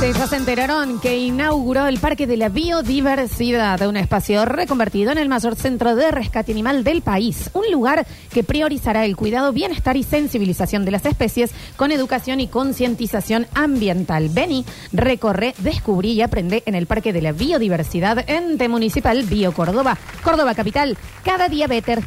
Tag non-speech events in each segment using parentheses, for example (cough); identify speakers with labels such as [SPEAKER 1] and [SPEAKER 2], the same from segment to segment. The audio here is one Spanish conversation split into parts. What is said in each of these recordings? [SPEAKER 1] Che, ya se enteraron que inauguró el Parque de la Biodiversidad, un espacio reconvertido en el mayor centro de rescate animal del país, un lugar que priorizará el cuidado, bienestar y sensibilización de las especies con educación y concientización ambiental. Vení, recorre, descubrí y aprende en el Parque de la Biodiversidad ente municipal Bio Córdoba, Córdoba Capital, cada día better.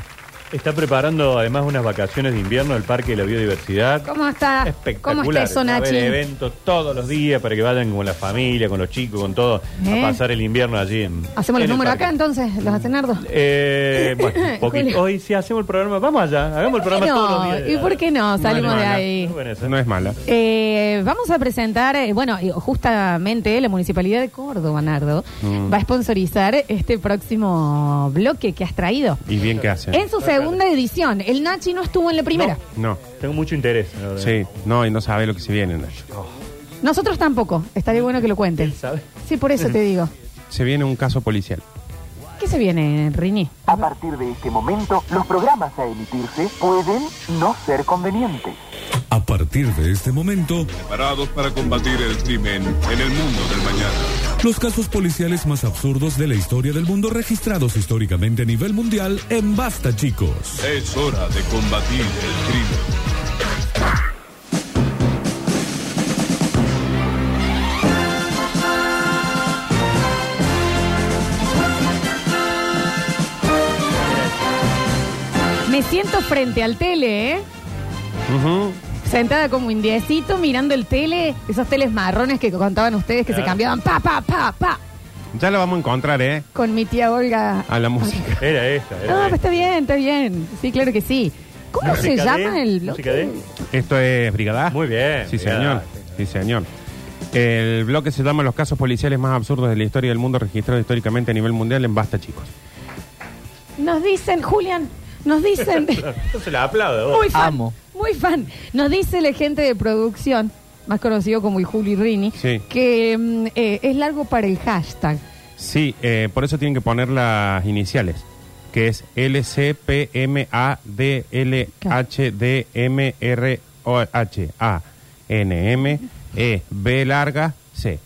[SPEAKER 2] Está preparando además unas vacaciones de invierno el Parque de la Biodiversidad.
[SPEAKER 1] ¿Cómo está?
[SPEAKER 2] Espectacular.
[SPEAKER 1] ¿Cómo está eso,
[SPEAKER 2] Va a haber
[SPEAKER 1] Nachi?
[SPEAKER 2] eventos todos los días para que vayan con la familia, con los chicos, con todo,
[SPEAKER 1] ¿Eh?
[SPEAKER 2] a pasar el invierno allí. En,
[SPEAKER 1] ¿Hacemos
[SPEAKER 2] en
[SPEAKER 1] los
[SPEAKER 2] el
[SPEAKER 1] números
[SPEAKER 2] parque.
[SPEAKER 1] acá entonces, los Atenardos? (laughs)
[SPEAKER 2] Eh, bueno, un poquito.
[SPEAKER 1] Julio.
[SPEAKER 2] Hoy sí hacemos el programa. Vamos allá, hagamos el
[SPEAKER 1] ¿Por qué
[SPEAKER 2] programa todos los
[SPEAKER 1] no?
[SPEAKER 2] días. de
[SPEAKER 1] ¿Y
[SPEAKER 2] la-
[SPEAKER 1] por qué no? Salimos de
[SPEAKER 2] Bueno,
[SPEAKER 1] ahí.
[SPEAKER 2] muy buena esa.
[SPEAKER 3] No es mala.
[SPEAKER 1] Eh, vamos a presentar, eh, bueno, eh, justamente la Municipalidad de Córdoba, Nardo,
[SPEAKER 3] Mm.
[SPEAKER 1] va a sponsorizar este próximo bloque que has traído.
[SPEAKER 3] Y bien que hacen.
[SPEAKER 1] En su segunda edición, el Nachi no estuvo en la primera.
[SPEAKER 3] No.
[SPEAKER 2] Tengo mucho interés. la verdad.
[SPEAKER 3] Sí, no, y no sabe lo que se viene, Nacho.
[SPEAKER 1] Nosotros tampoco, estaría bueno que lo cuenten.
[SPEAKER 2] Él sabe.
[SPEAKER 1] Sí, por
[SPEAKER 3] Mm.
[SPEAKER 1] eso te digo.
[SPEAKER 3] Se viene un caso policial.
[SPEAKER 1] ¿Qué se viene, Rini?
[SPEAKER 4] A partir de este momento, los programas a emitirse pueden no ser convenientes.
[SPEAKER 5] A partir de este momento,
[SPEAKER 6] preparados para combatir el crimen en el mundo del mañana.
[SPEAKER 5] los casos policiales más absurdos de la historia del mundo registrados históricamente a nivel mundial en Basta, chicos.
[SPEAKER 6] Es hora de combatir el crimen.
[SPEAKER 1] Me siento frente al tele, ¿eh? Sentada como indiecito mirando el tele, esos teles marrones que contaban ustedes que se cambiaban pa, pa, pa, pa,
[SPEAKER 3] Ya lo vamos a encontrar, ¿eh?
[SPEAKER 1] con mi tía Olga
[SPEAKER 3] A la música.
[SPEAKER 2] Era esta.
[SPEAKER 1] No,
[SPEAKER 2] Era
[SPEAKER 1] Ah, pero
[SPEAKER 2] esta.
[SPEAKER 1] está bien, está bien. Sí, claro que sí. ¿Cómo se
[SPEAKER 2] Música de-
[SPEAKER 1] llama el
[SPEAKER 2] música
[SPEAKER 1] bloque?
[SPEAKER 2] de-
[SPEAKER 3] Esto es Brigada.
[SPEAKER 2] Muy bien,
[SPEAKER 3] Sí,
[SPEAKER 2] Brigada.
[SPEAKER 3] señor. Sí, señor. El bloque se llama Los casos policiales más absurdos de la historia del mundo registrados históricamente a nivel mundial en Basta, chicos.
[SPEAKER 1] Nos dicen, Julián, nos
[SPEAKER 2] (laughs)
[SPEAKER 1] dicen.
[SPEAKER 2] Yo se la aplaudo. vos.
[SPEAKER 1] muy fan. Muy fan. Nos dice la gente de producción, más conocido como el Juli Rini,
[SPEAKER 3] Sí.
[SPEAKER 1] que mm, eh, es largo para el hashtag.
[SPEAKER 3] Sí, eh, por eso tienen que poner las iniciales, que es LCPMADLHDMROHANM-E-B E larga C.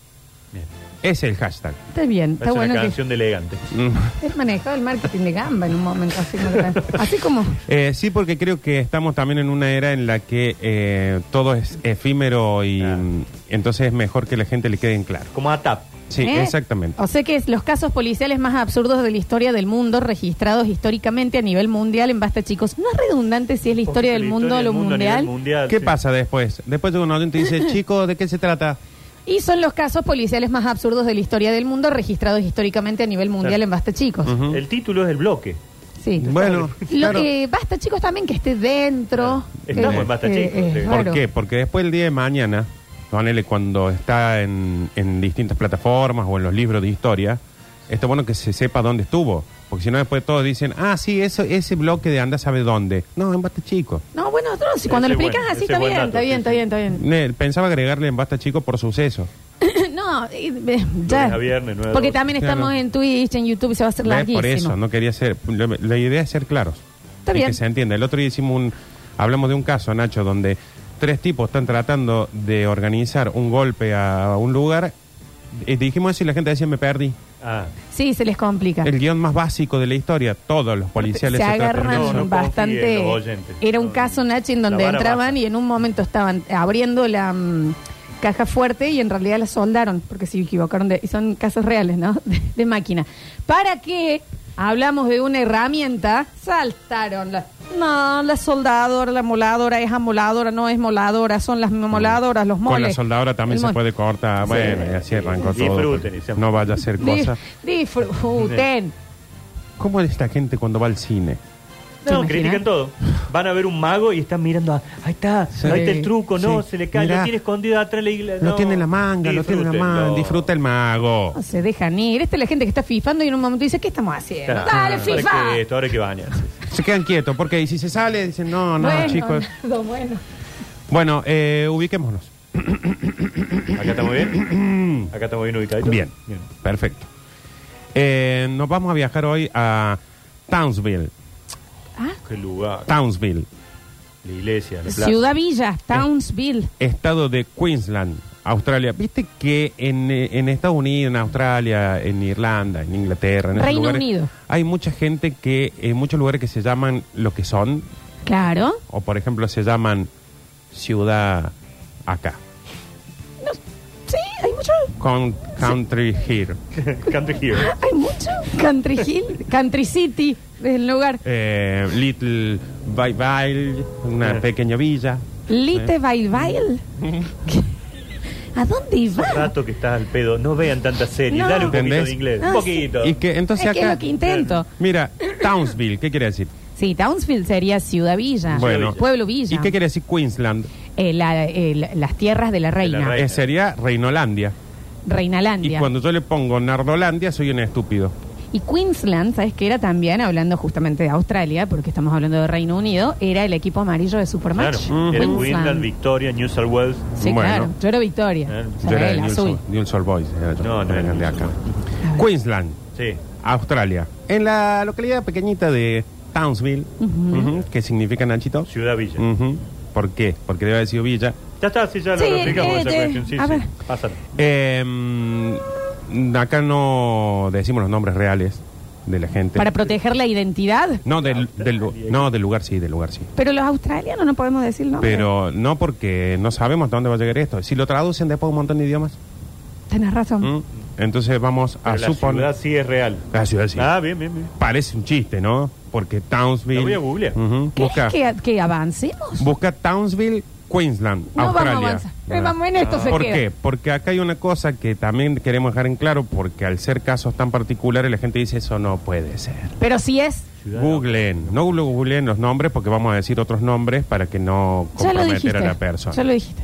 [SPEAKER 3] Es el hashtag.
[SPEAKER 1] Está bien, está
[SPEAKER 2] Parece
[SPEAKER 1] bueno.
[SPEAKER 2] una
[SPEAKER 1] que-
[SPEAKER 2] canción de elegante.
[SPEAKER 3] Mm.
[SPEAKER 1] Él manejaba el marketing de gamba en un momento así, como que- así como.
[SPEAKER 3] Eh, sí, porque creo que estamos también en una era en la que eh, todo es efímero y
[SPEAKER 2] Claro.
[SPEAKER 3] mm, entonces es mejor que la gente le quede en claro.
[SPEAKER 2] Como ATAP.
[SPEAKER 3] Sí,
[SPEAKER 1] ¿Eh?
[SPEAKER 3] exactamente.
[SPEAKER 1] O sea que es los casos policiales más absurdos de la historia del mundo, registrados históricamente a nivel mundial en Basta Chicos. No es redundante si es la historia del mundo o lo
[SPEAKER 2] a nivel
[SPEAKER 1] mundial.
[SPEAKER 2] mundial,
[SPEAKER 3] ¿Qué
[SPEAKER 2] sí.
[SPEAKER 3] pasa después? Después llega un oyente y dice, chico, ¿de qué se trata?
[SPEAKER 1] Y son los casos policiales más absurdos de la historia del mundo, registrados históricamente a nivel mundial
[SPEAKER 2] Claro.
[SPEAKER 1] en Basta Chicos.
[SPEAKER 3] Ujú.
[SPEAKER 2] El título es el bloque.
[SPEAKER 1] Sí.
[SPEAKER 3] Bueno,
[SPEAKER 1] Lo
[SPEAKER 3] claro.
[SPEAKER 1] que Basta Chicos también que esté dentro.
[SPEAKER 2] Estamos
[SPEAKER 1] Eh,
[SPEAKER 2] en Basta
[SPEAKER 1] eh,
[SPEAKER 2] Chicos, este,
[SPEAKER 1] eh,
[SPEAKER 2] sí.
[SPEAKER 1] es
[SPEAKER 3] ¿Por
[SPEAKER 1] raro.
[SPEAKER 3] qué? Porque después el día de mañana, ponele cuando está en, en distintas plataformas o en los libros de historia, está bueno que se sepa dónde estuvo. Porque si no, después todos dicen, ah, sí, eso, ese bloque de anda sabe dónde. No, en Basta Chico.
[SPEAKER 1] No, bueno, no, si cuando
[SPEAKER 2] Ese
[SPEAKER 1] lo explicas
[SPEAKER 2] buen-
[SPEAKER 1] así
[SPEAKER 2] ese
[SPEAKER 1] está
[SPEAKER 2] buen
[SPEAKER 1] bien,
[SPEAKER 2] dato,
[SPEAKER 1] está bien,
[SPEAKER 2] sí,
[SPEAKER 1] está
[SPEAKER 2] sí.
[SPEAKER 1] bien, está bien. (laughs)
[SPEAKER 3] Ne- Pensaba agregarle en Basta Chico por suceso.
[SPEAKER 1] No, eh, eh, ya.
[SPEAKER 2] Lunes a viernes, nueve a
[SPEAKER 1] Porque
[SPEAKER 2] doce.
[SPEAKER 1] también estamos
[SPEAKER 3] Claro.
[SPEAKER 1] en Twitch, en YouTube, y se va a hacer
[SPEAKER 3] ¿Ves?
[SPEAKER 1] larguísimo.
[SPEAKER 3] Por eso, no quería ser. La, la idea es ser claros.
[SPEAKER 1] Está
[SPEAKER 3] y
[SPEAKER 1] bien.
[SPEAKER 3] Que se entienda. El otro día hicimos un. Hablamos de un caso, Nacho, donde tres tipos están tratando de organizar un golpe a un lugar. Y dijimos eso y la gente decía, me perdí.
[SPEAKER 2] Ah,
[SPEAKER 1] Sí, se les complica.
[SPEAKER 3] El guión más básico de la historia. Todos los policiales
[SPEAKER 1] se
[SPEAKER 3] tratan de
[SPEAKER 1] agarran
[SPEAKER 2] No,
[SPEAKER 3] eso.
[SPEAKER 2] no confíe
[SPEAKER 1] bastante.
[SPEAKER 2] en los oyentes.
[SPEAKER 1] Era un
[SPEAKER 2] No,
[SPEAKER 1] caso, Nachi, en
[SPEAKER 2] la
[SPEAKER 1] donde
[SPEAKER 2] vara
[SPEAKER 1] entraban
[SPEAKER 2] baja.
[SPEAKER 1] y en un momento estaban abriendo la mm, caja fuerte y en realidad la soldaron, porque se equivocaron. De, y son casos reales, ¿no? (laughs) De, de máquina. ¿Para qué? Hablamos de una herramienta, saltaron. la- no, la soldadora, la moladora, es amoladora, no es moladora, son las moladoras, los moles.
[SPEAKER 3] Con la soldadora también
[SPEAKER 1] El
[SPEAKER 3] se
[SPEAKER 1] mol-
[SPEAKER 3] puede cortar. Bueno, y así arrancó todo.
[SPEAKER 2] Disfruten y sean-
[SPEAKER 3] No vaya a ser
[SPEAKER 1] Di-
[SPEAKER 3] cosa.
[SPEAKER 1] Disfruten.
[SPEAKER 3] ¿Cómo es esta gente cuando va al cine?
[SPEAKER 1] ¿Te
[SPEAKER 2] No,
[SPEAKER 1] imaginas?
[SPEAKER 2] critican todo. Van a ver un mago y están mirando. a- ahí está,
[SPEAKER 3] Sí.
[SPEAKER 2] ahí está el truco, no,
[SPEAKER 3] Sí.
[SPEAKER 2] se le cae,
[SPEAKER 3] Mirá.
[SPEAKER 2] lo tiene escondido atrás de la iglesia.
[SPEAKER 3] No tiene la manga, no tiene la manga. Disfruta el mago.
[SPEAKER 1] No se dejan ir. Esta es la gente que está fifando y en un momento dice, ¿qué estamos haciendo?
[SPEAKER 2] Claro.
[SPEAKER 1] Dale,
[SPEAKER 2] Ahora
[SPEAKER 1] FIFA.
[SPEAKER 2] que esto, ahora que bañarse.
[SPEAKER 3] Se quedan quietos porque y si se sale dicen no, no,
[SPEAKER 1] bueno, (laughs)
[SPEAKER 3] chicos.
[SPEAKER 1] Nardo, bueno.
[SPEAKER 3] Bueno, eh, ubiquémonos.
[SPEAKER 2] Acá estamos bien.
[SPEAKER 3] (clears throat)
[SPEAKER 2] Acá estamos bien ubicaditos.
[SPEAKER 3] Bien, perfecto. Eh, nos vamos a viajar hoy a Townsville.
[SPEAKER 1] Ah,
[SPEAKER 2] Qué lugar.
[SPEAKER 3] Townsville,
[SPEAKER 2] La iglesia, la plaza.
[SPEAKER 1] Ciudad Villa, Townsville.
[SPEAKER 3] estado de Queensland, Australia. Viste que en, eh, en Estados Unidos, en Australia, en Irlanda, en Inglaterra, en esos
[SPEAKER 1] Reino
[SPEAKER 3] lugares,
[SPEAKER 1] Unido.
[SPEAKER 3] hay mucha gente que, en muchos lugares que se llaman lo que son,
[SPEAKER 1] Claro.
[SPEAKER 3] o por ejemplo se llaman ciudad acá,
[SPEAKER 1] No, sí, hay mucho.
[SPEAKER 3] con country here.
[SPEAKER 2] (laughs) Country Hero.
[SPEAKER 1] Hay mucho. Country Hill, Country City, del lugar.
[SPEAKER 3] Eh, Little Bye Bye, una
[SPEAKER 2] Eh.
[SPEAKER 3] pequeña villa.
[SPEAKER 1] Lite Bail Bail.
[SPEAKER 3] (laughs)
[SPEAKER 1] ¿A dónde
[SPEAKER 3] Ah,
[SPEAKER 1] va?
[SPEAKER 2] Rato que estás al pedo. No vean tanta serie.
[SPEAKER 1] No.
[SPEAKER 2] Dale un poquito
[SPEAKER 3] ¿Entendés?
[SPEAKER 2] de inglés.
[SPEAKER 1] Ah,
[SPEAKER 2] un
[SPEAKER 1] sí.
[SPEAKER 2] poquito.
[SPEAKER 3] Y que
[SPEAKER 1] Es que
[SPEAKER 3] entonces
[SPEAKER 1] es
[SPEAKER 3] acá. Eh.
[SPEAKER 1] lo que intento.
[SPEAKER 3] Mira, Townsville, ¿qué quiere decir?
[SPEAKER 1] Sí, Townsville sería ciudad villa.
[SPEAKER 3] Bueno.
[SPEAKER 1] Pueblo villa.
[SPEAKER 3] ¿Y qué quiere decir Queensland?
[SPEAKER 1] Eh, la- eh, la- las tierras de la reina.
[SPEAKER 2] reina.
[SPEAKER 3] Eh, sería Reinolandia.
[SPEAKER 1] Reinalandia.
[SPEAKER 3] Y cuando yo le pongo Nardolandia, soy un estúpido.
[SPEAKER 1] Y Queensland, ¿sabes qué era también? Hablando justamente de Australia, porque estamos hablando de Reino Unido, era el equipo amarillo de
[SPEAKER 2] Claro.
[SPEAKER 1] Supermatch.
[SPEAKER 2] Era
[SPEAKER 1] Queensland.
[SPEAKER 2] Queensland, Victoria, New South Wales.
[SPEAKER 1] Sí,
[SPEAKER 3] Bueno.
[SPEAKER 1] claro. Yo era Victoria.
[SPEAKER 2] Claro.
[SPEAKER 1] O sea,
[SPEAKER 3] Yo era de
[SPEAKER 1] el
[SPEAKER 3] Newell's
[SPEAKER 1] azul.
[SPEAKER 3] Old- Newell's Old Boys. era yo.
[SPEAKER 2] No, no
[SPEAKER 3] Eran
[SPEAKER 2] era
[SPEAKER 3] de acá.
[SPEAKER 2] Newell's
[SPEAKER 3] Queensland,
[SPEAKER 2] Sí.
[SPEAKER 3] Australia. En la localidad pequeñita de Townsville, ujú, que significa Nachito.
[SPEAKER 2] Ciudad Villa.
[SPEAKER 3] Ujú. ¿Por qué? Porque debe haber sido Villa.
[SPEAKER 2] Ya está, sí, ya lo
[SPEAKER 1] Sí,
[SPEAKER 2] replicamos
[SPEAKER 1] eh,
[SPEAKER 2] esa
[SPEAKER 1] eh,
[SPEAKER 2] cuestión. Sí,
[SPEAKER 1] a ver.
[SPEAKER 2] sí. Pásalo.
[SPEAKER 3] Ah, Eh, acá no decimos los nombres reales de la gente.
[SPEAKER 1] Para proteger la identidad.
[SPEAKER 3] no, del, del lu- no, del lugar sí, del lugar sí.
[SPEAKER 1] Pero los australianos no podemos decir no.
[SPEAKER 3] Pero no porque no sabemos dónde va a llegar esto. Si lo traducen después un montón de idiomas.
[SPEAKER 1] Tenés razón.
[SPEAKER 3] ¿m? Entonces vamos a
[SPEAKER 2] Pero la
[SPEAKER 3] suponer.
[SPEAKER 2] ciudad sí es real.
[SPEAKER 3] La ciudad sí.
[SPEAKER 2] Ah, bien, bien, bien.
[SPEAKER 3] Parece un chiste, ¿no? Porque Townsville.
[SPEAKER 2] La voy a googlear.
[SPEAKER 3] Ujú.
[SPEAKER 1] ¿Querés
[SPEAKER 3] Busca,
[SPEAKER 1] que, que avancemos?
[SPEAKER 3] busca Townsville, Queensland,
[SPEAKER 1] No
[SPEAKER 3] Australia.
[SPEAKER 1] vamos a avanzar. Eh,
[SPEAKER 3] Ah.
[SPEAKER 1] Vamos en esto, se
[SPEAKER 3] ¿Por
[SPEAKER 1] queda.
[SPEAKER 3] qué? Porque acá hay una cosa que también queremos dejar en claro, porque al ser casos tan particulares la gente dice eso no puede ser.
[SPEAKER 1] Pero si es.
[SPEAKER 2] Ciudad-
[SPEAKER 3] Googleen, no lo googleen los nombres porque vamos a decir otros nombres para que no
[SPEAKER 1] Ya lo
[SPEAKER 3] comprometer
[SPEAKER 1] dijiste.
[SPEAKER 3] a la persona.
[SPEAKER 1] Ya lo dijiste.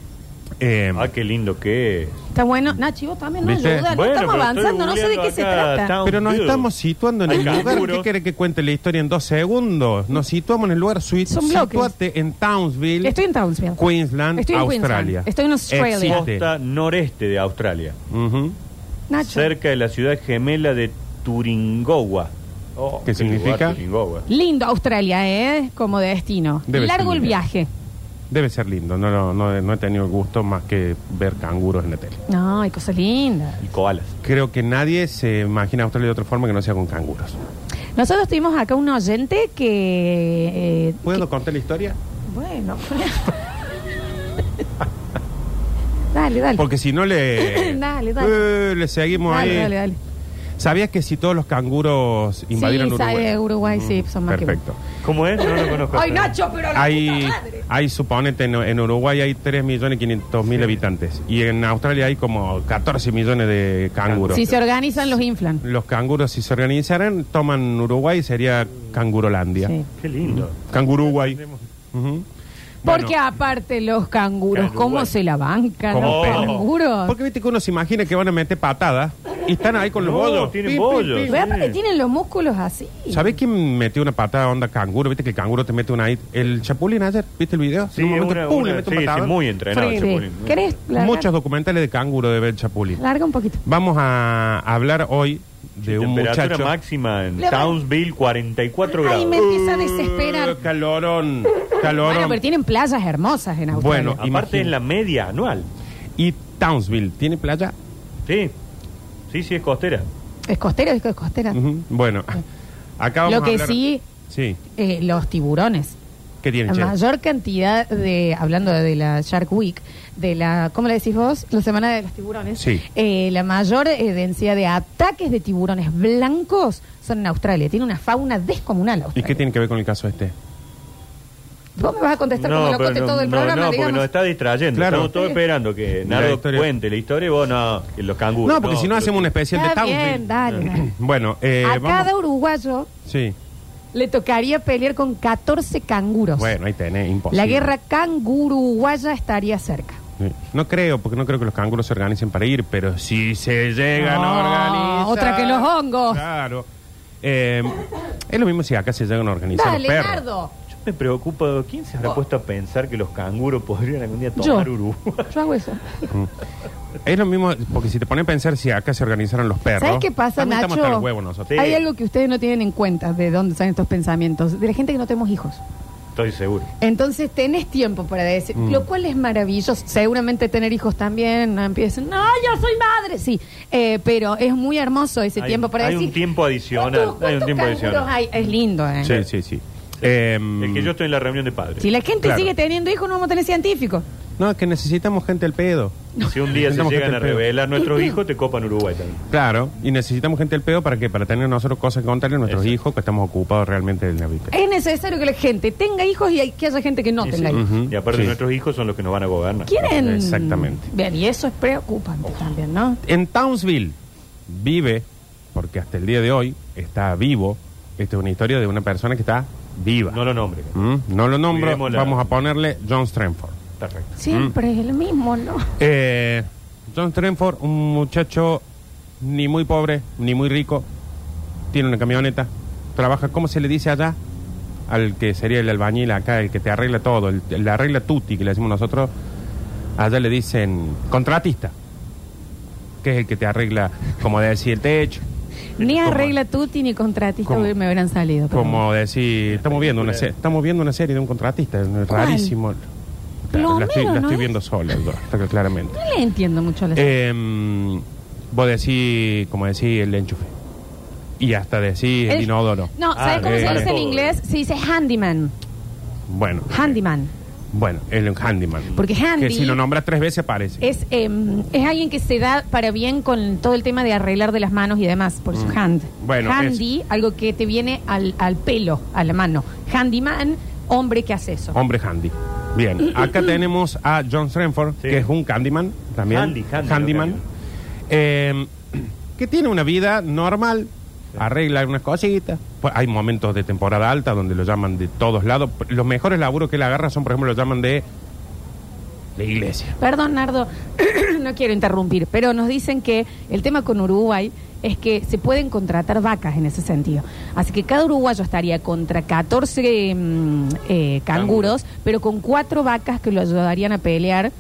[SPEAKER 3] Eh,
[SPEAKER 2] Ah, qué lindo que es.
[SPEAKER 1] Está bueno. Nachi, vos también no
[SPEAKER 3] ¿Viste?
[SPEAKER 1] ayudas. No
[SPEAKER 2] Bueno,
[SPEAKER 1] estamos
[SPEAKER 2] pero estoy
[SPEAKER 1] avanzando. No sé de qué se
[SPEAKER 2] googleando acá,
[SPEAKER 1] trata.
[SPEAKER 2] Town
[SPEAKER 3] pero nos
[SPEAKER 2] View.
[SPEAKER 3] estamos situando en el
[SPEAKER 2] Acá,
[SPEAKER 3] lugar.
[SPEAKER 2] seguro.
[SPEAKER 3] ¿Qué quiere que cuente la historia en dos segundos? Nos situamos en el lugar. Suite,
[SPEAKER 1] Son bloques.
[SPEAKER 3] Situate en Townsville.
[SPEAKER 1] Estoy en Townsville.
[SPEAKER 3] Queensland,
[SPEAKER 1] Estoy en
[SPEAKER 3] Australia.
[SPEAKER 1] Queensland. Estoy en Australia.
[SPEAKER 3] Existe.
[SPEAKER 2] Costa noreste de Australia.
[SPEAKER 3] Ujú.
[SPEAKER 1] Nacho.
[SPEAKER 2] Cerca de la ciudad gemela de Turingowa. Oh,
[SPEAKER 3] ¿Qué significa?
[SPEAKER 2] lugar, Turingowa.
[SPEAKER 1] Lindo Australia, ¿eh? Como de destino.
[SPEAKER 3] Debe
[SPEAKER 1] Largo
[SPEAKER 3] ser
[SPEAKER 1] el
[SPEAKER 3] lindo.
[SPEAKER 1] viaje.
[SPEAKER 3] Debe ser lindo. No, no, no, no he tenido el gusto más que ver canguros en la tele.
[SPEAKER 1] No, hay cosas lindas.
[SPEAKER 2] Y koalas.
[SPEAKER 3] Creo que nadie se imagina Australia de otra forma que no sea con canguros.
[SPEAKER 1] Nosotros tuvimos acá un oyente que. eh,
[SPEAKER 3] ¿Puedo contar la historia?
[SPEAKER 1] bueno. pues. (laughs) dale, dale.
[SPEAKER 3] Porque si no le...
[SPEAKER 1] (laughs) Dale, dale.
[SPEAKER 3] Eh, le seguimos
[SPEAKER 1] dale,
[SPEAKER 3] ahí.
[SPEAKER 1] dale, dale.
[SPEAKER 3] ¿Sabías que si todos los canguros invadieran
[SPEAKER 1] sí,
[SPEAKER 3] Uruguay?
[SPEAKER 1] sabe, Uruguay, sí, son más
[SPEAKER 3] Perfecto.
[SPEAKER 2] ¿Cómo es? No lo
[SPEAKER 1] que.
[SPEAKER 2] conozco.
[SPEAKER 1] Ay, Nacho, pero la
[SPEAKER 3] Hay,
[SPEAKER 1] puta madre.
[SPEAKER 3] hay, suponete, en, en Uruguay hay 3.500.000 habitantes y en Australia hay como 14 millones de canguros.
[SPEAKER 1] Si se organizan, los inflan.
[SPEAKER 3] Los canguros, si se organizaran, toman Uruguay, sería Cangurolandia.
[SPEAKER 1] Sí.
[SPEAKER 2] Qué lindo.
[SPEAKER 3] Canguruguay. Ujú. Bueno,
[SPEAKER 1] Porque aparte los canguros,
[SPEAKER 2] Uruguay.
[SPEAKER 1] ¿cómo se la bancan
[SPEAKER 3] Como
[SPEAKER 1] los
[SPEAKER 2] pena.
[SPEAKER 1] canguros?
[SPEAKER 3] Porque viste que uno se imagina que van a meter patadas y están ahí con los
[SPEAKER 2] No,
[SPEAKER 3] bollos.
[SPEAKER 2] tienen bollos.
[SPEAKER 1] Pero aparte tienen los músculos así.
[SPEAKER 3] ¿Sabés quién metió una patada onda canguro? ¿Viste que el canguro te mete una ahí? El Chapulín ayer, ¿viste el video?
[SPEAKER 2] Sí,
[SPEAKER 3] En un
[SPEAKER 2] es
[SPEAKER 3] momento,
[SPEAKER 2] una,
[SPEAKER 3] ¡pum!
[SPEAKER 2] una-
[SPEAKER 3] le mete
[SPEAKER 2] sí,
[SPEAKER 3] un
[SPEAKER 2] sí,
[SPEAKER 3] patadón.
[SPEAKER 2] muy entrenado.
[SPEAKER 1] Sí.
[SPEAKER 2] el Chapulín.
[SPEAKER 1] ¿Querés largar?
[SPEAKER 3] Muchos documentales de canguro de ver Chapulín.
[SPEAKER 1] Larga un poquito.
[SPEAKER 3] Vamos a hablar hoy de un
[SPEAKER 2] Temperatura
[SPEAKER 3] muchacho.
[SPEAKER 2] máxima en
[SPEAKER 1] Le-
[SPEAKER 2] Townsville, 44 grados.
[SPEAKER 1] Ay, me empieza a desesperar.
[SPEAKER 3] Uh, calorón, calorón.
[SPEAKER 1] Bueno, pero tienen playas hermosas en Australia.
[SPEAKER 3] Bueno,
[SPEAKER 2] Aparte
[SPEAKER 3] imagino.
[SPEAKER 2] en la media anual.
[SPEAKER 3] Y Townsville, ¿tiene playa?
[SPEAKER 2] Sí. Sí, sí, es costera.
[SPEAKER 1] Es costero, es costera.
[SPEAKER 3] Ujú, Bueno, (laughs) acá vamos
[SPEAKER 1] Lo que
[SPEAKER 3] a hablar-
[SPEAKER 1] sí,
[SPEAKER 3] Sí,
[SPEAKER 1] eh, los tiburones.
[SPEAKER 3] ¿qué tiene,
[SPEAKER 1] La
[SPEAKER 3] che?
[SPEAKER 1] mayor cantidad de, hablando de la Shark Week, de la, ¿cómo le decís vos? La semana de los tiburones.
[SPEAKER 3] Sí.
[SPEAKER 1] Eh, la mayor eh, densidad de ataques de tiburones blancos son en Australia. Tiene una fauna descomunal
[SPEAKER 3] ¿Y
[SPEAKER 1] Australia.
[SPEAKER 3] qué tiene que ver con el caso este?
[SPEAKER 1] Vos me vas a contestar como lo
[SPEAKER 2] pero
[SPEAKER 1] conté todo el programa,
[SPEAKER 2] no,
[SPEAKER 1] digamos.
[SPEAKER 2] porque nos está distrayendo.
[SPEAKER 3] Claro.
[SPEAKER 2] Estamos todos esperando que
[SPEAKER 3] La
[SPEAKER 2] Nardo
[SPEAKER 3] historia.
[SPEAKER 2] cuente la historia y vos no, que los canguros.
[SPEAKER 3] No, porque si no hacemos una especial de
[SPEAKER 1] Está
[SPEAKER 3] Townsville.
[SPEAKER 1] bien, dale. dale.
[SPEAKER 3] (clears throat) Bueno, eh,
[SPEAKER 1] a
[SPEAKER 3] vamos.
[SPEAKER 1] cada uruguayo
[SPEAKER 3] Sí.
[SPEAKER 1] le tocaría pelear con 14 canguros.
[SPEAKER 3] Bueno, ahí tenés, imposible.
[SPEAKER 1] la guerra canguruguaya estaría cerca.
[SPEAKER 3] Sí. No creo, porque no creo que los canguros se organicen para ir, pero si se llegan
[SPEAKER 1] No,
[SPEAKER 3] a organizar.
[SPEAKER 1] otra que los hongos.
[SPEAKER 3] Claro. Eh, es lo mismo si acá se llegan a organizar
[SPEAKER 1] Dale,
[SPEAKER 3] los perros.
[SPEAKER 1] Nardo.
[SPEAKER 2] Yo me preocupo, ¿quién se habrá puesto a pensar que los canguros podrían algún día tomar
[SPEAKER 1] Yo.
[SPEAKER 2] Uruguay? (laughs)
[SPEAKER 1] Yo hago eso.
[SPEAKER 3] Es lo mismo, porque si te pones a pensar si acá se organizaron los perros.
[SPEAKER 1] ¿Sabes qué pasa,
[SPEAKER 3] también
[SPEAKER 1] Nacho?
[SPEAKER 3] Estamos hasta el huevo nosotros.
[SPEAKER 2] Sí.
[SPEAKER 1] Hay algo que ustedes no tienen en cuenta de dónde salen estos pensamientos. De la gente que no tenemos hijos.
[SPEAKER 2] Estoy seguro.
[SPEAKER 1] Entonces tenés tiempo para decir,
[SPEAKER 2] Mm.
[SPEAKER 1] lo cual es maravilloso. Seguramente tener hijos también, no empiecen, no, yo soy madre, sí. Eh, pero es muy hermoso ese
[SPEAKER 2] Hay-
[SPEAKER 1] tiempo para
[SPEAKER 2] hay un
[SPEAKER 1] decir.
[SPEAKER 2] tiempo adicional,
[SPEAKER 1] ¿cuántos-
[SPEAKER 2] hay un
[SPEAKER 1] cuántos
[SPEAKER 2] tiempo
[SPEAKER 1] canguros
[SPEAKER 2] adicional.
[SPEAKER 1] hay? Es lindo, ¿eh?
[SPEAKER 3] Sí, sí, sí. Em,
[SPEAKER 2] Es que yo estoy en la reunión de padres.
[SPEAKER 1] Si la gente
[SPEAKER 3] Claro.
[SPEAKER 1] sigue teniendo hijos, no vamos a tener científicos.
[SPEAKER 3] No, es que necesitamos gente al pedo.
[SPEAKER 2] Si un día se
[SPEAKER 3] Necesitamos
[SPEAKER 2] llegan a
[SPEAKER 3] gente al pedo.
[SPEAKER 2] revelar nuestros hijos, te copan Uruguay también.
[SPEAKER 3] Claro, y necesitamos gente al pedo para que para tener nosotros cosas que contarle a nuestros
[SPEAKER 2] Exacto.
[SPEAKER 3] hijos que estamos ocupados realmente de la vida.
[SPEAKER 1] Es necesario que la gente tenga hijos y hay- que haya gente que no
[SPEAKER 2] Y sí. Mm.
[SPEAKER 1] tenga hijos.
[SPEAKER 3] Ujú.
[SPEAKER 2] Y aparte
[SPEAKER 3] Sí.
[SPEAKER 2] nuestros hijos son los que nos van a gobernar.
[SPEAKER 1] ¿Quieren?
[SPEAKER 3] Exactamente.
[SPEAKER 1] Bien, y eso es preocupante también, ¿no?
[SPEAKER 3] En Townsville vive, porque hasta el día de hoy está vivo. Esta es una historia de una persona que está viva.
[SPEAKER 2] No lo nombres.
[SPEAKER 3] Mm, no lo nombro,
[SPEAKER 2] Miremos la-
[SPEAKER 3] vamos a ponerle John Stranford.
[SPEAKER 2] Perfecto.
[SPEAKER 1] Siempre
[SPEAKER 2] Mm.
[SPEAKER 1] es el mismo, ¿no?
[SPEAKER 3] Eh, John Trenford, un muchacho ni muy pobre, ni muy rico, tiene una camioneta, trabaja, ¿cómo se le dice allá? Al que sería el albañil acá, el que te arregla todo, el, el arregla tutti, que le decimos nosotros, allá le dicen contratista, que es el que te arregla, como decir, el techo,
[SPEAKER 1] Ni
[SPEAKER 3] ¿Cómo?
[SPEAKER 1] arregla Tuti ni contratista
[SPEAKER 3] ¿Cómo?
[SPEAKER 1] me hubieran salido. pero
[SPEAKER 3] como decir, estamos viendo una, se- estamos viendo una serie de un contratista, es rarísimo.
[SPEAKER 1] Plomero,
[SPEAKER 3] la estoy, la
[SPEAKER 1] ¿no
[SPEAKER 3] estoy
[SPEAKER 1] es?
[SPEAKER 3] viendo sola, yo, claramente.
[SPEAKER 1] No le entiendo mucho a la
[SPEAKER 3] Eh, vos decís, como decís, el enchufe. Y hasta decís el,
[SPEAKER 1] El-
[SPEAKER 3] inodoro.
[SPEAKER 1] No, ¿sabes
[SPEAKER 2] Ah,
[SPEAKER 1] cómo se
[SPEAKER 3] eh,
[SPEAKER 1] dice en
[SPEAKER 2] todo.
[SPEAKER 1] inglés? Se dice handyman.
[SPEAKER 3] Bueno.
[SPEAKER 1] Handyman.
[SPEAKER 3] Bueno, el handyman.
[SPEAKER 1] Porque handy-
[SPEAKER 3] Que si lo nombras tres veces aparece.
[SPEAKER 1] Es, em, es alguien que se da para bien con todo el tema de arreglar de las manos y demás, por su hand.
[SPEAKER 3] Mm. Bueno,
[SPEAKER 1] Handy, algo que te viene al, al pelo, a la mano. Handyman, hombre que hace eso.
[SPEAKER 3] Hombre handy.
[SPEAKER 1] Mm,
[SPEAKER 3] Bien, acá tenemos a John Strenford,
[SPEAKER 2] Sí.
[SPEAKER 3] que es un candyman también.
[SPEAKER 2] Handy, handy,
[SPEAKER 3] Handyman.
[SPEAKER 2] lo que
[SPEAKER 3] Eh, que tiene una vida normal, arregla algunas cositas. Pues hay momentos de temporada alta donde lo llaman de todos lados. Los mejores laburos que él agarra son, por ejemplo, lo llaman de la iglesia.
[SPEAKER 1] Perdón, Nardo, (clears throat) no quiero interrumpir, pero nos dicen que el tema con Uruguay es que se pueden contratar vacas en ese sentido. Así que cada uruguayo estaría contra 14 mm, eh, canguros, pero con cuatro vacas que lo ayudarían a pelear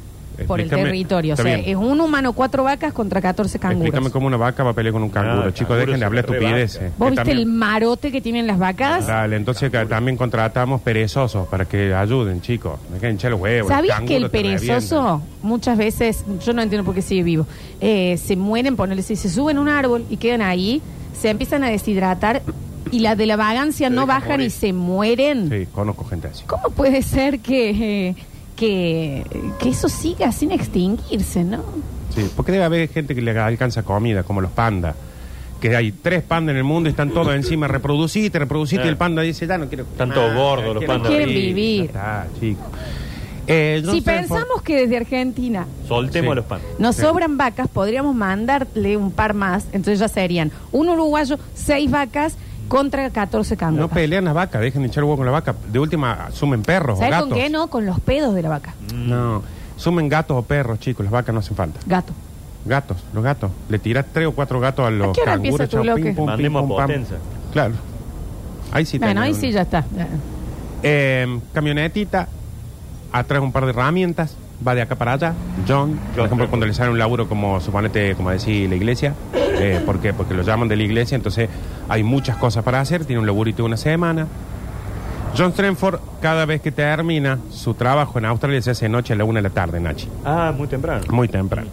[SPEAKER 1] por el
[SPEAKER 3] Explícame,
[SPEAKER 1] territorio. O
[SPEAKER 3] está
[SPEAKER 1] sea,
[SPEAKER 3] bien.
[SPEAKER 1] es un humano, cuatro vacas contra 14 canguros.
[SPEAKER 3] Explícame cómo una vaca va a pelear con un canguro.
[SPEAKER 2] Ah,
[SPEAKER 3] Chicos,
[SPEAKER 2] canguro
[SPEAKER 3] dejen de
[SPEAKER 2] se
[SPEAKER 3] hablar
[SPEAKER 2] re
[SPEAKER 3] estupideces.
[SPEAKER 2] banca.
[SPEAKER 1] ¿Vos
[SPEAKER 3] Que
[SPEAKER 1] viste el
[SPEAKER 3] también- Ah,
[SPEAKER 1] marote que tienen las vacas?
[SPEAKER 3] Dale, entonces que también contratamos perezosos para que ayuden, chicos. Dejen de hinchar los huevos.
[SPEAKER 1] ¿Sabías que el
[SPEAKER 3] canguro te revienta.
[SPEAKER 1] perezoso muchas veces, yo no entiendo por qué sigue vivo, eh, se mueren, ponele, si se suben a un árbol y quedan ahí, se empiezan a deshidratar y las de la vagancia
[SPEAKER 2] Se
[SPEAKER 1] no
[SPEAKER 2] deja
[SPEAKER 1] bajan
[SPEAKER 2] morir.
[SPEAKER 1] y se mueren?
[SPEAKER 3] Sí, conozco gente así.
[SPEAKER 1] ¿Cómo puede ser que, eh, que, que eso siga sin extinguirse, no?
[SPEAKER 3] Sí, porque debe haber gente que le alcanza comida, como los pandas. Que hay tres pandas en el mundo y están
[SPEAKER 2] (laughs)
[SPEAKER 3] todos encima, reproducite, reproducite,
[SPEAKER 2] Claro.
[SPEAKER 3] y el panda dice, ya no quiero...
[SPEAKER 2] Están todos gordos los
[SPEAKER 3] quiero
[SPEAKER 2] pandas.
[SPEAKER 1] Quieren
[SPEAKER 3] morir".
[SPEAKER 1] vivir.
[SPEAKER 3] Ya está, chicos. Eh,
[SPEAKER 1] si
[SPEAKER 3] John Stanford-
[SPEAKER 1] pensamos que desde Argentina
[SPEAKER 2] Soltemos
[SPEAKER 3] Sí.
[SPEAKER 2] a los panes.
[SPEAKER 1] nos
[SPEAKER 3] Sí.
[SPEAKER 1] sobran vacas, podríamos mandarle un par más, entonces ya serían un uruguayo, seis vacas contra 14
[SPEAKER 3] No
[SPEAKER 1] canguros.
[SPEAKER 3] pelean las vacas, dejen de hinchar huevo con la vaca. De última, sumen perros o
[SPEAKER 1] ¿Sabes
[SPEAKER 3] gatos.
[SPEAKER 1] con qué no? Con los pedos de la vaca.
[SPEAKER 3] No, sumen gatos o perros, chicos, las vacas no hacen falta.
[SPEAKER 1] Gato.
[SPEAKER 3] Gatos, los gatos. Le tiras tres o cuatro gatos a los
[SPEAKER 1] qué hora empieza
[SPEAKER 3] canguros.
[SPEAKER 1] tu
[SPEAKER 3] chao,
[SPEAKER 1] bloque?
[SPEAKER 2] Mandemos a
[SPEAKER 3] pam.
[SPEAKER 2] Potenza.
[SPEAKER 3] Claro. Ahí sí
[SPEAKER 1] bueno,
[SPEAKER 3] tenés
[SPEAKER 1] ahí
[SPEAKER 3] un-
[SPEAKER 1] sí ya está.
[SPEAKER 3] Eh, camionetita, atrás un par de herramientas, va de acá para allá. John, por ejemplo, cuando le sale un laburo como, suponete, como decir, la iglesia, eh, ¿por qué? Porque lo llaman de la iglesia, entonces hay muchas cosas para hacer, tiene un laburito de una semana. John Strenford, cada vez que termina su trabajo en Australia, se hace noche a la una de la tarde, Nachi.
[SPEAKER 2] Ah, muy temprano.
[SPEAKER 3] Muy temprano.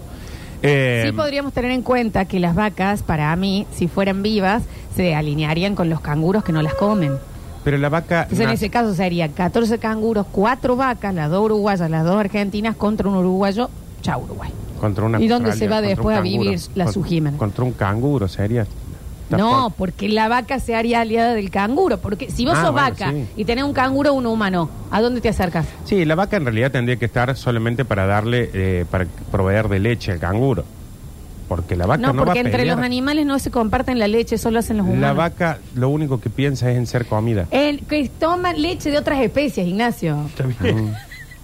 [SPEAKER 3] Eh,
[SPEAKER 1] sí podríamos tener en cuenta que las vacas, para mí, si fueran vivas, se alinearían con los canguros que no las comen.
[SPEAKER 3] pero la vaca...
[SPEAKER 1] Entonces, en
[SPEAKER 3] nace-
[SPEAKER 1] ese caso sería 14 canguros, cuatro vacas, las dos uruguayas, las dos argentinas, contra un uruguayo. Chao, Uruguay.
[SPEAKER 3] Contra una
[SPEAKER 1] ¿Y dónde
[SPEAKER 3] Australia,
[SPEAKER 1] se va
[SPEAKER 3] contra
[SPEAKER 1] después
[SPEAKER 3] un
[SPEAKER 1] a vivir
[SPEAKER 3] canguro,
[SPEAKER 1] la
[SPEAKER 3] con-
[SPEAKER 1] Sujimen?
[SPEAKER 3] Contra un canguro, sería.
[SPEAKER 1] No, porque la vaca se haría aliada del canguro. Porque si vos
[SPEAKER 3] Ah,
[SPEAKER 1] sos
[SPEAKER 3] bueno,
[SPEAKER 1] vaca
[SPEAKER 3] sí.
[SPEAKER 1] y tenés un canguro, un humano, ¿a dónde te acercas?
[SPEAKER 3] Sí, la vaca en realidad tendría que estar solamente para darle, eh, para proveer de leche al canguro. Porque la vaca no,
[SPEAKER 1] No, porque
[SPEAKER 3] va a
[SPEAKER 1] entre
[SPEAKER 3] pelear.
[SPEAKER 1] los animales no se comparten la leche, solo hacen los humanos. Eh.
[SPEAKER 3] La vaca lo único que piensa es en ser comida.
[SPEAKER 1] El que toma leche de otras especies, Ignacio.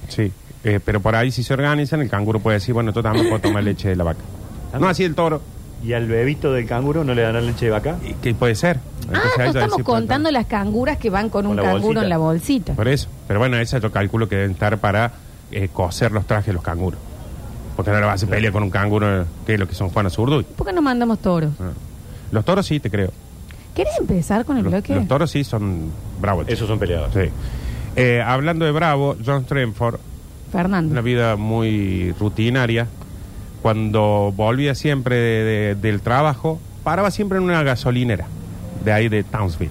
[SPEAKER 3] Sí. Eh, pero por ahí si se organizan, el canguro puede decir, bueno, yo también puedo tomar leche de la vaca. No así el toro.
[SPEAKER 2] ¿Y al bebito del canguro no le dan la leche de vaca?
[SPEAKER 3] Y Que puede ser.
[SPEAKER 1] Ah,
[SPEAKER 3] Entonces
[SPEAKER 1] no
[SPEAKER 3] ahí yo
[SPEAKER 1] estamos
[SPEAKER 3] decir, pues,
[SPEAKER 1] contando las canguras que van con,
[SPEAKER 2] Con
[SPEAKER 1] un
[SPEAKER 2] la
[SPEAKER 1] canguro
[SPEAKER 2] bolsita.
[SPEAKER 1] en la bolsita.
[SPEAKER 3] Por eso. Pero bueno, esa yo calculo que deben estar para eh, coser los trajes de los canguros. Porque no le vas a hacer pelea con un canguro, que es lo que son Juana Zurduy.
[SPEAKER 1] ¿Por qué no mandamos toros?
[SPEAKER 3] Ah. Los toros sí, te creo.
[SPEAKER 1] ¿Querés empezar con el
[SPEAKER 3] Los,
[SPEAKER 1] bloque?
[SPEAKER 3] los toros sí son bravos.
[SPEAKER 2] Esos son peleadores.
[SPEAKER 3] Sí. Eh, hablando de Bravo, John Strenford, una
[SPEAKER 1] Fernando.
[SPEAKER 3] vida muy rutinaria. Cuando volvía siempre de- de- del trabajo, paraba siempre en una gasolinera de ahí de Townsville.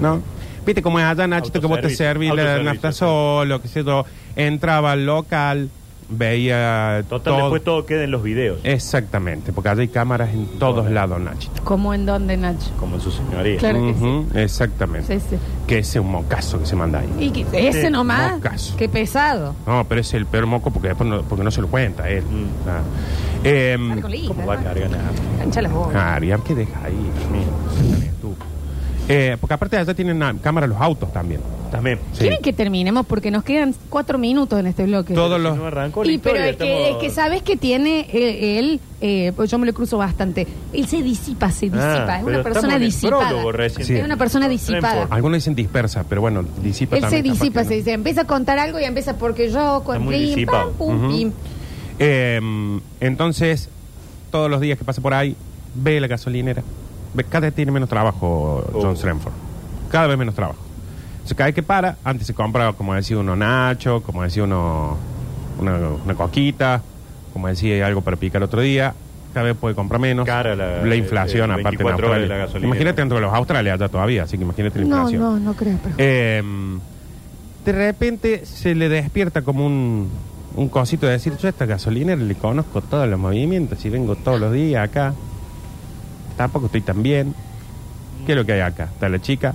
[SPEAKER 3] ¿No? Viste cómo es allá, Nachito, que vos te
[SPEAKER 2] Autoservicio.
[SPEAKER 3] servís la
[SPEAKER 2] Autoservicio,
[SPEAKER 3] nafta
[SPEAKER 2] sí.
[SPEAKER 3] solo, qué sé yo. Entraba al local, veía
[SPEAKER 2] Total,
[SPEAKER 3] todo. Eh,
[SPEAKER 2] después todo queda en los videos,
[SPEAKER 3] Exactamente, porque allá hay cámaras en todos lados, Nachito.
[SPEAKER 1] ¿Cómo en dónde, Nacho?
[SPEAKER 2] como en su señoría.
[SPEAKER 1] Claro que sí.
[SPEAKER 3] Ujú, Exactamente.
[SPEAKER 1] Sí, sí.
[SPEAKER 3] Que ese es un mocazo que se manda ahí.
[SPEAKER 1] Y que- ese
[SPEAKER 2] Sí,
[SPEAKER 1] nomás,
[SPEAKER 3] mocas.
[SPEAKER 1] qué pesado.
[SPEAKER 3] No, pero es el peor moco porque después no, porque no se lo cuenta él.
[SPEAKER 2] Mm.
[SPEAKER 3] Nada. Em,
[SPEAKER 1] Dale con la hija,
[SPEAKER 2] ¿Cómo va a
[SPEAKER 1] además.
[SPEAKER 2] cargar Ah, nada?
[SPEAKER 1] Cancha las bolas.
[SPEAKER 3] Ariam, ¿qué deja ahí? Amigo? Sean tan estúpidos. Eh, porque aparte allá tienen ah, cámara los autos también.
[SPEAKER 2] También.
[SPEAKER 3] Sí.
[SPEAKER 1] ¿Quieren que terminemos? Porque nos quedan cuatro minutos en este bloque.
[SPEAKER 3] Todo Todos
[SPEAKER 2] Si
[SPEAKER 3] los-
[SPEAKER 2] no arrancó la
[SPEAKER 1] Y pero
[SPEAKER 2] historia,
[SPEAKER 1] es que,
[SPEAKER 2] estamos-
[SPEAKER 1] es que sabes que tiene eh, él, eh, pues yo me lo cruzo bastante, él se disipa, se disipa,
[SPEAKER 2] Ah,
[SPEAKER 1] es
[SPEAKER 2] pero
[SPEAKER 1] una persona
[SPEAKER 2] estamos en el
[SPEAKER 1] disipada.
[SPEAKER 2] prólogo recién.
[SPEAKER 3] Sí.
[SPEAKER 1] Es una persona disipada.
[SPEAKER 2] Renford.
[SPEAKER 3] Algunos dicen dispersa, pero bueno, disipa
[SPEAKER 1] Él se
[SPEAKER 3] también. capaz
[SPEAKER 1] disipa,
[SPEAKER 3] que
[SPEAKER 1] se
[SPEAKER 3] no.
[SPEAKER 1] dice, empieza a contar algo y empieza porque yo con
[SPEAKER 2] muy
[SPEAKER 1] plim,
[SPEAKER 2] disipado.
[SPEAKER 1] pam, pum,
[SPEAKER 3] Ujú.
[SPEAKER 1] pim.
[SPEAKER 3] Em, entonces, todos los días que pasa por ahí, ve la gasolinera. Ve, cada vez tiene menos trabajo
[SPEAKER 2] Oh.
[SPEAKER 3] John Strenford. Cada vez menos trabajo. O sea, cada vez que para, antes se compra, como decía uno, nacho, como decía uno, una, una coquita, como decía algo para picar otro día. Cada vez puede comprar menos.
[SPEAKER 2] Cara la-
[SPEAKER 3] inflación,
[SPEAKER 2] el- el
[SPEAKER 3] aparte
[SPEAKER 2] 24
[SPEAKER 3] en
[SPEAKER 2] horas de
[SPEAKER 3] Australia.
[SPEAKER 2] la gasolinera.
[SPEAKER 3] imagínate dentro de los australianos ya todavía, así que imagínate la
[SPEAKER 1] No,
[SPEAKER 3] inflación.
[SPEAKER 1] no, no creo. pero-
[SPEAKER 3] Em, de repente se le despierta como un, un cosito de decir, yo a esta gasolinera le conozco todos los movimientos y vengo todos los días acá. Tampoco estoy tan bien. ¿Qué es lo que hay acá? Está la chica,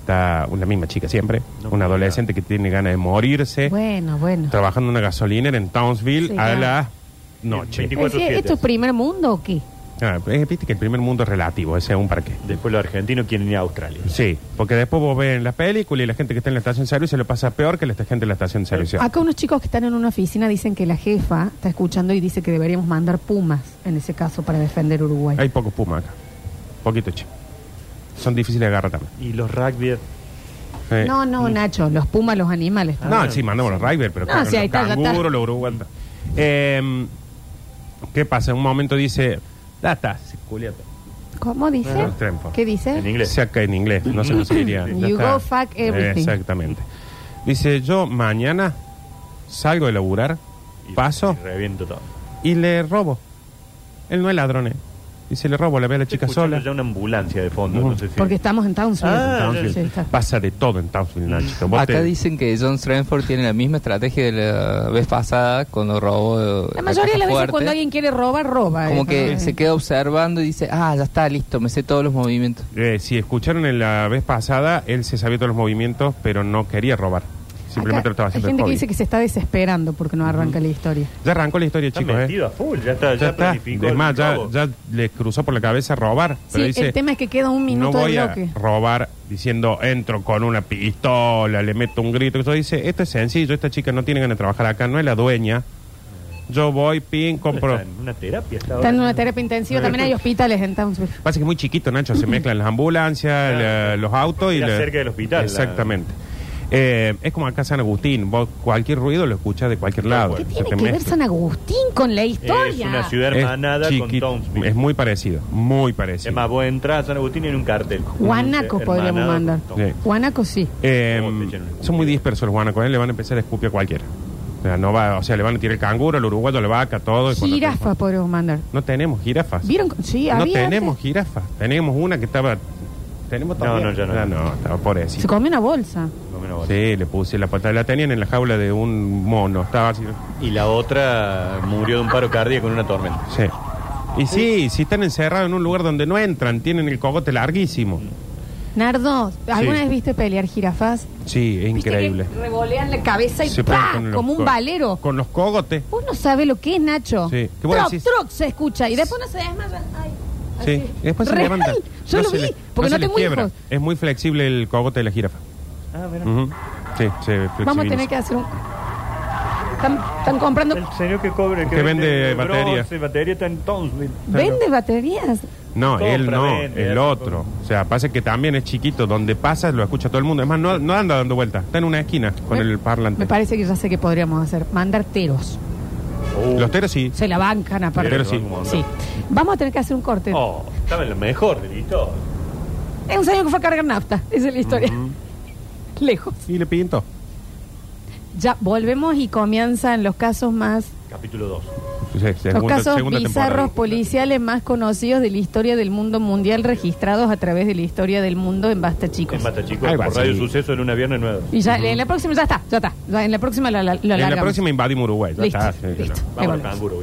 [SPEAKER 3] está una misma chica siempre,
[SPEAKER 2] No,
[SPEAKER 3] una adolescente que tiene ganas de morirse,
[SPEAKER 1] Bueno, bueno.
[SPEAKER 3] trabajando en una gasolinera en Townsville
[SPEAKER 1] Sí,
[SPEAKER 3] a
[SPEAKER 1] claro.
[SPEAKER 3] la noche.
[SPEAKER 2] 24
[SPEAKER 1] Eh, sí,
[SPEAKER 2] siete.
[SPEAKER 1] ¿Esto es primer mundo o qué?
[SPEAKER 3] Ah, eh, Viste que el primer mundo es relativo, ese es un parque.
[SPEAKER 2] Después los argentinos quieren ir a Australia.
[SPEAKER 3] Sí, porque después vos ves en las películas y la gente que está en la estación de servicio le pasa peor que la gente en la estación de servicio.
[SPEAKER 1] Acá unos chicos que están en una oficina dicen que la jefa está escuchando y dice que deberíamos mandar pumas en ese caso para defender Uruguay.
[SPEAKER 3] Hay pocos pumas acá. Poquito, che. Son difíciles de agarrar también.
[SPEAKER 2] Y los rugby.
[SPEAKER 3] Eh,
[SPEAKER 1] No, no, Nacho, los pumas, los animales.
[SPEAKER 2] Ah,
[SPEAKER 3] no,
[SPEAKER 2] bueno.
[SPEAKER 3] sí, mandamos los River, pero
[SPEAKER 1] No,
[SPEAKER 3] claro,
[SPEAKER 1] sí, ahí
[SPEAKER 3] los
[SPEAKER 1] está, ya está.
[SPEAKER 3] canguros, los uruguayos. Eh, ¿Qué pasa? En un momento dice, data, se culia.
[SPEAKER 1] ¿Cómo dice?
[SPEAKER 3] Ah, Trenford.
[SPEAKER 1] ¿Qué dice?
[SPEAKER 2] En inglés.
[SPEAKER 3] Saca en inglés, no sé cómo se diría.
[SPEAKER 1] You
[SPEAKER 3] Ya está.
[SPEAKER 1] go fuck everything.
[SPEAKER 3] Exactamente. Dice, yo mañana salgo de laburar,
[SPEAKER 2] Y-
[SPEAKER 3] paso
[SPEAKER 2] y reviento todo.
[SPEAKER 3] y le robo. Él no es ladrón, eh. Dice, le robo, la ve a la
[SPEAKER 2] Estoy
[SPEAKER 3] chica
[SPEAKER 2] escuchando
[SPEAKER 3] sola.
[SPEAKER 2] Ya una ambulancia de fondo.
[SPEAKER 3] Ujú.
[SPEAKER 2] no sé si-
[SPEAKER 1] Porque estamos en Townsville.
[SPEAKER 2] Ah,
[SPEAKER 3] Townsville.
[SPEAKER 1] Sí, está.
[SPEAKER 3] Pasa de todo en Townsville,
[SPEAKER 1] Mm.
[SPEAKER 3] Nachito. Vos
[SPEAKER 7] Acá
[SPEAKER 3] te-
[SPEAKER 7] dicen que John Strenford tiene la misma estrategia de la vez pasada cuando robó. eh,
[SPEAKER 1] La mayoría de
[SPEAKER 7] caja
[SPEAKER 1] las veces
[SPEAKER 7] fuerte.
[SPEAKER 1] cuando alguien quiere robar, roba.
[SPEAKER 7] Como
[SPEAKER 1] Eso,
[SPEAKER 7] que
[SPEAKER 1] eh.
[SPEAKER 7] se queda observando y dice, ah, ya está, listo, me sé todos los movimientos.
[SPEAKER 3] Eh, si escucharon en la vez pasada, él se sabía todos los movimientos, pero no quería robar. Simplemente
[SPEAKER 1] Acá
[SPEAKER 3] lo estaba haciendo
[SPEAKER 1] Hay gente que
[SPEAKER 3] de hobby.
[SPEAKER 1] dice que se está desesperando porque no arranca la historia.
[SPEAKER 3] Ya arrancó la historia,
[SPEAKER 2] Está
[SPEAKER 3] chicos. eh.
[SPEAKER 2] metido a full. Ya está.
[SPEAKER 3] Ya,
[SPEAKER 2] Ya,
[SPEAKER 3] está.
[SPEAKER 2] planificó
[SPEAKER 3] Es
[SPEAKER 2] el
[SPEAKER 3] más, ya,
[SPEAKER 2] robo.
[SPEAKER 3] ya le cruzó por la cabeza robar.
[SPEAKER 1] Sí,
[SPEAKER 3] Pero dice,
[SPEAKER 1] el tema es que queda un
[SPEAKER 3] no
[SPEAKER 1] minuto
[SPEAKER 3] voy
[SPEAKER 1] de
[SPEAKER 3] a
[SPEAKER 1] bloque.
[SPEAKER 3] robar diciendo, entro con una pistola, le meto un grito. Eso dice, esto es sencillo, esta chica no tiene ganas de trabajar acá, no es la dueña. Yo voy, pin, compro...
[SPEAKER 2] Está en una terapia. está
[SPEAKER 1] Está en
[SPEAKER 2] ahora.
[SPEAKER 1] una terapia intensiva. También hay hospitales en Townsville.
[SPEAKER 3] Pasa que es muy chiquito, Nacho. Se mezclan las ambulancias, la- los autos y
[SPEAKER 2] Era
[SPEAKER 3] la-
[SPEAKER 2] cerca del hospital, la-
[SPEAKER 3] Exactamente. Eh, es como acá San Agustín. Vos cualquier ruido lo escuchás de cualquier lado.
[SPEAKER 1] ¿Qué
[SPEAKER 3] Se
[SPEAKER 1] tiene
[SPEAKER 3] te
[SPEAKER 1] que ver
[SPEAKER 3] mezcla.
[SPEAKER 1] San Agustín con la historia?
[SPEAKER 2] Es una ciudad
[SPEAKER 3] Es
[SPEAKER 2] hermanada con
[SPEAKER 3] chiquito,
[SPEAKER 2] Townsville.
[SPEAKER 3] Es muy parecido, muy parecido.
[SPEAKER 2] Es más, vos entras a San Agustín y en un cartel.
[SPEAKER 1] Guanaco
[SPEAKER 2] Eh,
[SPEAKER 1] podríamos
[SPEAKER 2] hermanado
[SPEAKER 1] mandar.
[SPEAKER 2] con
[SPEAKER 3] Sí.
[SPEAKER 2] Townsville.
[SPEAKER 1] Guanaco sí.
[SPEAKER 3] Eh,
[SPEAKER 2] ¿Cómo te echan un escupido?
[SPEAKER 3] son muy dispersos los guanacos. ¿eh? Le van a empezar a escupir a cualquiera. O sea, no va, o sea, le van a tirar el canguro, el uruguayo, la vaca, todo. y cuando-
[SPEAKER 1] Jirafa podríamos mandar.
[SPEAKER 3] No tenemos jirafas.
[SPEAKER 1] ¿Vieron? Sí,
[SPEAKER 3] No
[SPEAKER 1] había
[SPEAKER 3] tenemos
[SPEAKER 1] antes.
[SPEAKER 3] jirafas. Tenemos una que estaba... Tenemos
[SPEAKER 2] No,
[SPEAKER 3] todavía.
[SPEAKER 2] no, ya no.
[SPEAKER 3] Ah, no, estaba pobrecita.
[SPEAKER 1] Se comió una bolsa.
[SPEAKER 2] No me lo vale.
[SPEAKER 3] Sí, le puse la patada. La tenían en la jaula de un mono. Estaba así.
[SPEAKER 2] Y la otra murió de un paro cardíaco en una tormenta.
[SPEAKER 3] Sí. Y sí, si están encerrados en un lugar donde no entran, tienen el cogote larguísimo.
[SPEAKER 1] Nardo, ¿alguna
[SPEAKER 3] Sí.
[SPEAKER 1] vez viste pelear jirafas?
[SPEAKER 3] Sí, es
[SPEAKER 1] ¿Viste
[SPEAKER 3] increíble.
[SPEAKER 1] que revolean la cabeza y
[SPEAKER 3] Se ponen
[SPEAKER 1] ¡pa!
[SPEAKER 3] con los
[SPEAKER 1] Como un
[SPEAKER 3] co-
[SPEAKER 1] valero.
[SPEAKER 3] Con los cogotes.
[SPEAKER 1] Vos no sabés lo que es, Nacho.
[SPEAKER 3] Sí. ¿Qué vos
[SPEAKER 1] Troc,
[SPEAKER 3] decís?
[SPEAKER 1] troc se escucha y después no se desmaya. Ay,
[SPEAKER 3] Sí.
[SPEAKER 1] así.
[SPEAKER 3] Y después se
[SPEAKER 1] Ah, Real.
[SPEAKER 3] levantan.
[SPEAKER 1] Yo
[SPEAKER 3] No
[SPEAKER 1] lo
[SPEAKER 3] se
[SPEAKER 1] vi,
[SPEAKER 3] les-
[SPEAKER 1] porque
[SPEAKER 3] no
[SPEAKER 1] no,
[SPEAKER 3] se les
[SPEAKER 1] tengo
[SPEAKER 3] quiebra.
[SPEAKER 1] hijos.
[SPEAKER 3] Es muy flexible el cogote de la jirafa.
[SPEAKER 2] Ah,
[SPEAKER 3] Ujú. Sí, se
[SPEAKER 1] Vamos a
[SPEAKER 3] flexibiliza.
[SPEAKER 1] tener que hacer un. Están, están comprando.
[SPEAKER 2] El señor que cobre, que,
[SPEAKER 3] Que vende batería.
[SPEAKER 2] bronce, Eh, batería está en Townsville.
[SPEAKER 1] ¿Vende baterías?
[SPEAKER 3] No,
[SPEAKER 2] Compra,
[SPEAKER 3] él no,
[SPEAKER 2] vende,
[SPEAKER 3] el
[SPEAKER 2] hace
[SPEAKER 3] otro. O sea, pasa que también es chiquito. Donde pasa lo escucha todo el mundo. Además, no, no anda dando vueltas. Está en una esquina con el parlante.
[SPEAKER 1] Me parece que ya sé qué podríamos hacer. Mandar teros.
[SPEAKER 2] Oh.
[SPEAKER 3] Los teros sí.
[SPEAKER 1] Se la bancan aparte.
[SPEAKER 3] Pero sí.
[SPEAKER 1] Sí. Vamos a tener que hacer un corte.
[SPEAKER 2] Oh, estaba en lo mejor de la historia.
[SPEAKER 1] Es un señor que fue a cargar nafta. Esa es la historia. (laughs) Lejos.
[SPEAKER 3] Y le pinto.
[SPEAKER 1] Ya volvemos y comienzan los casos más,
[SPEAKER 2] Capítulo 2.
[SPEAKER 3] Sí, sí,
[SPEAKER 1] los
[SPEAKER 3] segunda-
[SPEAKER 1] casos
[SPEAKER 3] segunda
[SPEAKER 1] bizarros pues,
[SPEAKER 3] temporada.
[SPEAKER 1] policiales más conocidos de la historia del mundo mundial registrados a través de la historia del mundo en Basta Chicos.
[SPEAKER 2] En Basta Chicos,
[SPEAKER 3] Ahí va,
[SPEAKER 2] por Radio
[SPEAKER 3] sí.
[SPEAKER 2] Suceso, en una viernes nueva.
[SPEAKER 1] Y ya en la próxima ya está, ya está. Ya en la próxima lo, lo- lo
[SPEAKER 3] En la
[SPEAKER 1] largamos.
[SPEAKER 3] próxima invadimos Uruguay. ya
[SPEAKER 1] Listo,
[SPEAKER 3] está, sí,
[SPEAKER 1] listo.
[SPEAKER 3] no.
[SPEAKER 1] Ya
[SPEAKER 2] Vamos al
[SPEAKER 1] volvemos.
[SPEAKER 2] canguro.